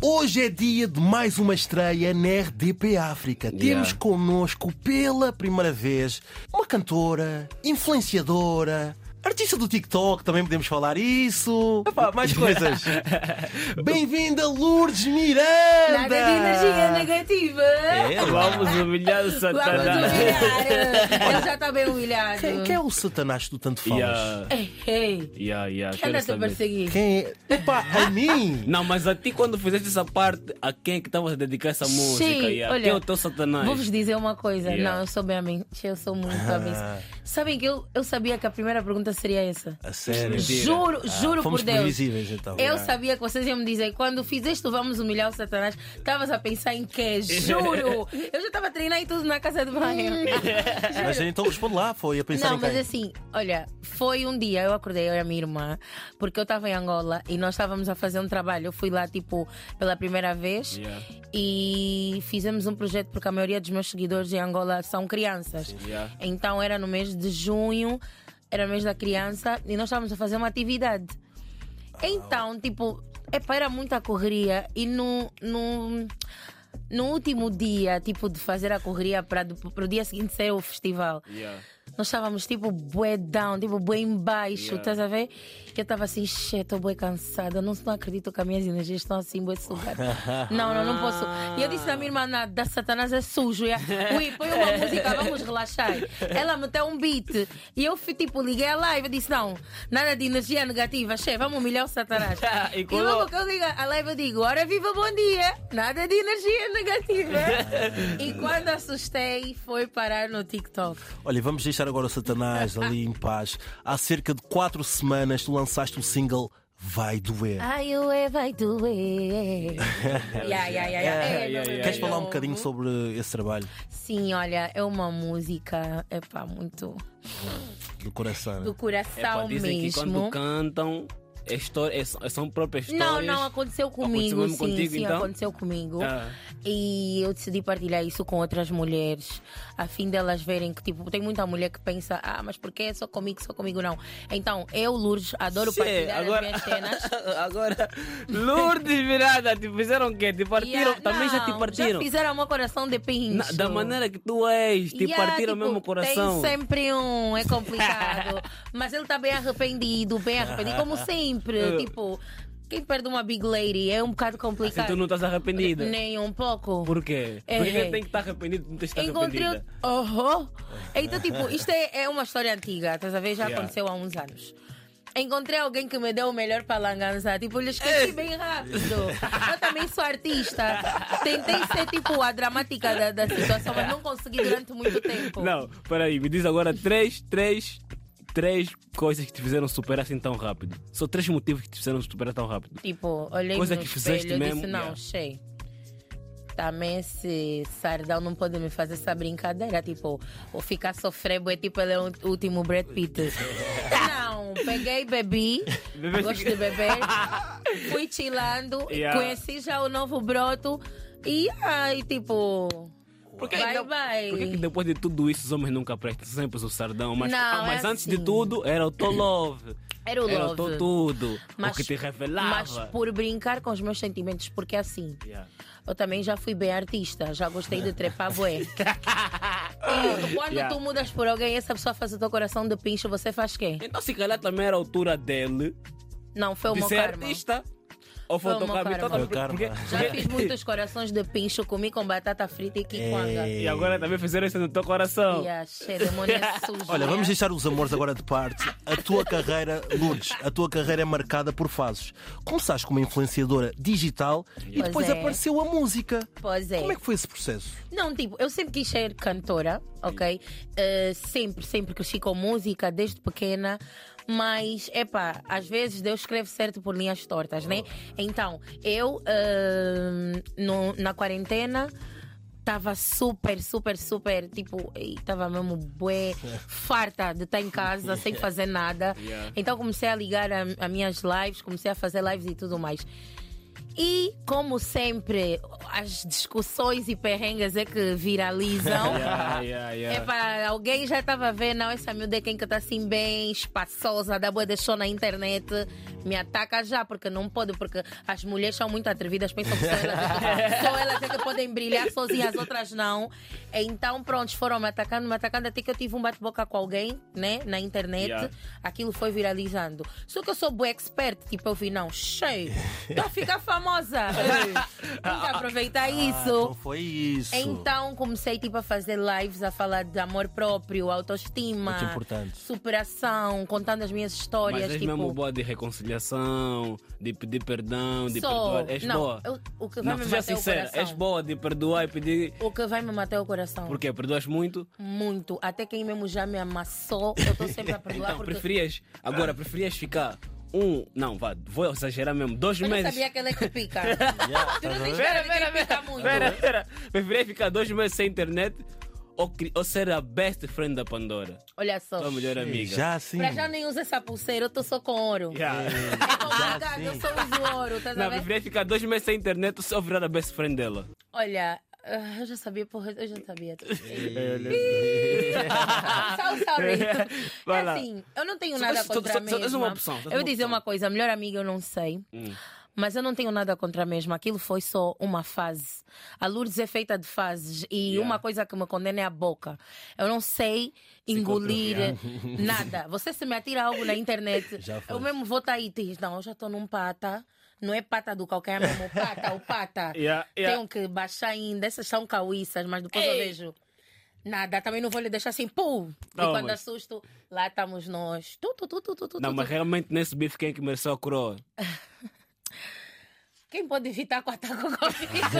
Hoje é dia de mais uma estreia na RDP África. Temos connosco pela primeira vez uma cantora, influenciadora, artista do TikTok, também podemos falar isso. Epá, mais coisas. Bem-vinda, Lourdes Miranda! Nada de energia negativa. É, Ela. Vamos humilhar o Vamos Satanás. humilhar. Ele já está bem humilhado. Quem, quem é o Satanás que tu tanto falas? Yeah, Ei, ei. yeah, yeah, quero Anda-te a saber. perseguir. Quem é? Epá, a mim! Não, mas a ti quando fizeste essa parte, a quem é que estavas a dedicar essa música? yeah? olha, Quem é o teu Satanás? Vou-vos dizer uma coisa. Yeah. Não, eu sou bem mente, eu sou muito Ah. ah. Sabem que eu, eu sabia que a primeira pergunta seria essa. A sério. Mentira. Juro, Ah, juro fomos por Deus. previsíveis então. Eu Ah. sabia que vocês iam me dizer, quando fizeste o Vamos Humilhar o Satanás, estavas a pensar em quê? Juro! Eu já estava a treinar e tudo na casa de banho. Hum. Mas então responde lá, foi a pensar Não, em quem? mas assim, olha, foi um dia, eu acordei, eu e a minha irmã, porque eu estava em Angola e nós estávamos a fazer um trabalho. Eu fui lá, tipo, pela primeira vez Yeah. e fizemos um projeto, porque a maioria dos meus seguidores em Angola são crianças. yeah. Então era no mês de junho, era mês da criança e nós estávamos a fazer uma atividade. Então, tipo, epá, era muita correria e no, no, no último dia, tipo, de fazer a correria para o dia seguinte ser o festival. Yeah. Nós estávamos tipo bué down, tipo bué embaixo, Yeah. estás a ver? Que eu estava assim, shit, estou bué cansada, não, não acredito que as minhas energias estão assim, bué sugar. não, não, não posso. E eu disse à minha irmã, nada, Satanás é sujo. E ela, Ui, põe uma música, vamos relaxar. Ela meteu um beat e eu fui tipo, liguei a live e disse, não, nada de energia negativa, che, vamos humilhar o Satanás. E e, colou. logo que eu ligo a live, eu digo, ora viva, bom dia, nada de energia negativa. e quando assustei, foi parar no TikTok. Olha, vamos deixar agora o Satanás ali em paz. Há cerca de quatro semanas tu lançaste o single Vai Doer. Ai, ué, vai doer. yeah, yeah, yeah, yeah. Yeah, É, yeah, não, yeah, Queres não. falar um bocadinho sobre esse trabalho Sim, olha, é uma música, é pá, muito do coração? do né? coração Epá, É, dizem que quando mesmo. cantam, é histó- é- são- são próprias Não, histórias. não, aconteceu comigo. mesmo sim, contigo, sim, então? aconteceu comigo. Ah. E eu decidi partilhar isso com outras mulheres, a fim delas verem que, tipo, tem muita mulher que pensa, ah, mas por que é só comigo, só comigo não? Então, eu, Lourdes, adoro Sim, partilhar agora, as minhas cenas. agora, Lourdes Miranda, te fizeram o quê? Te partiram? Yeah, também já não, te partiram? Já fizeram uma coração de Na- pincho. da maneira que tu és, te Yeah, partiram tipo, mesmo o coração. Tem sempre um, é complicado. Mas ele está bem arrependido, bem arrependido, como sempre. tipo, quem perde uma big lady é um bocado Se complicado. Assim, tu não estás arrependida. Nem um pouco. Por quê? É. Porque tem que estar arrependido, não tens que estar Encontrei. arrependida. Oh, Então, tipo, isto é, é uma história antiga, estás a ver? Já Yeah. aconteceu há uns anos. Encontrei alguém que me deu o melhor para langanzar. Tipo, lhe esqueci bem rápido. Eu também sou artista. Tentei ser, tipo, a dramática da, da situação, mas não consegui durante muito tempo. Não, peraí, me diz agora três, três, três coisas que te fizeram superar assim tão rápido. Só três motivos que te fizeram superar tão rápido. Tipo, olhei Coisa no que espelho fizeste e mesmo, disse, não, yeah. sei. Também esse sardão não pode me fazer essa brincadeira. Tipo, ou ficar sofrendo é tipo ele é o último Brad Pitt. não, peguei, bebi, Bebeste- gosto de beber, fui chilando, Yeah. conheci já o novo broto e aí, tipo. Por que Bye, não- bye. por que que depois de tudo isso os homens nunca prestam? Sempre o sardão. Mas, Não, ah, mas é antes de assim. tudo era o teu love. Era o Era o love. teu tudo. o Mas- que te revelava. Mas por brincar com os meus sentimentos, porque assim. Yeah. Eu também já fui bem artista, já gostei de trepar bué. E Quando Yeah. tu mudas por alguém, essa pessoa faz o teu coração de pincho, você faz quem? Então se calhar também era a altura dele Não, foi o de meu ser karma. artista. Ou foi o Foi teu o meu karma. Então, karma. também- Foi o porque- karma. Já fiz muitos corações de pincho, comi com batata frita e quiquanga. É. E agora também fizeram isso no teu coração. E achei demônio é sujo. Olha, né? vamos deixar os amores agora de parte. A tua carreira, Lourdes, a tua carreira é marcada por fases. Começaste como influenciadora digital e Pois depois é. apareceu a música. Pois é. Como é que foi esse processo? Não, tipo, eu sempre quis ser cantora, ok? Eh, sempre, sempre cresci com música, desde pequena. Mas, epá, às vezes Deus escreve certo por linhas tortas, né? Então, eu, eh, no- na quarentena, estava super, super, super, tipo, estava mesmo bué, farta de estar em casa, sem fazer nada. Yeah. Então, comecei a ligar a, a minhas lives, comecei a fazer lives e tudo mais. E, como sempre, as discussões e perrengas é que viralizam. Yeah, yeah, É yeah. para alguém já estava vendo, não, essa miúda é quem que está assim bem espaçosa, da boa deixou na internet, me ataca já, porque não pode, porque as mulheres são muito atrevidas, pensam que só elas, é que- só elas é que podem brilhar sozinhas, as outras não. Então, pronto, foram me atacando, me atacando, até que eu tive um bate-boca com alguém, né, na internet, Yeah. aquilo foi viralizando. Só que eu sou boa expert, tipo, eu vi, não, cheio, estou a ficar famosa, ei, tem que aproveitar Ah, isso. então foi isso. Então comecei tipo a fazer lives a falar de amor próprio, autoestima, Muito importante. superação, contando as minhas histórias, Mas és tipo. mesmo boa de reconciliação, de pedir perdão, de sou. perdoar. És não, boa. eu- o que vai Não, me seja matar sincera, o és coração. boa de perdoar e pedir. O que vai me matar é o coração? Porque perdoas muito. Muito. Até quem mesmo já me amassou, eu tô sempre a perdoar. Então, porque preferias. Agora, preferias ficar um. Não, vá, vou exagerar mesmo. Dois eu não meses. sabia que ela é que pica. Yeah, tu não tá tens bem. cara de quem pica muito. Pera, pera. Preferias ficar dois meses sem internet ou, cri- ou ser a best friend da Pandora? Olha só. Tua melhor amiga. Já sim. Pra já nem usa essa pulseira, eu tô só com ouro. Yeah. É complicado, eu sim. só uso ouro, tá Não, sabendo? preferias ficar dois meses sem internet ou só virar a best friend dela? Olha, ah, eu já sabia, porra, eu já sabia. so Vai sorry. lá. assim, eu não tenho Só- nada só- contra só- a só- mesma. só- só uma opção, só eu uma vou dizer opção. Hum. uma coisa, a melhor amiga eu não sei. Mas eu não tenho nada contra a mesma. Aquilo foi só uma fase. A Lourdes é feita de fases. E Yeah. uma coisa que me condena é a boca. Eu não sei engolir nada. Você se me atira algo na internet, Já foi. eu mesmo vou estar aí e diz, não, eu já estou num pata. Não é pata do calcanhar mesmo, o pata, é o pata. Yeah, yeah. Tenho que baixar ainda. Essas são cauíças, mas depois eu vejo. Nada, também não vou lhe deixar assim, pum! Não, e quando mas- assusto, lá estamos nós. Tu, tu, tu, tu, tu, tu, Não, tu, mas tu. realmente nesse bife quem é que mereceu a coroa? Quem pode evitar com o ataque comigo?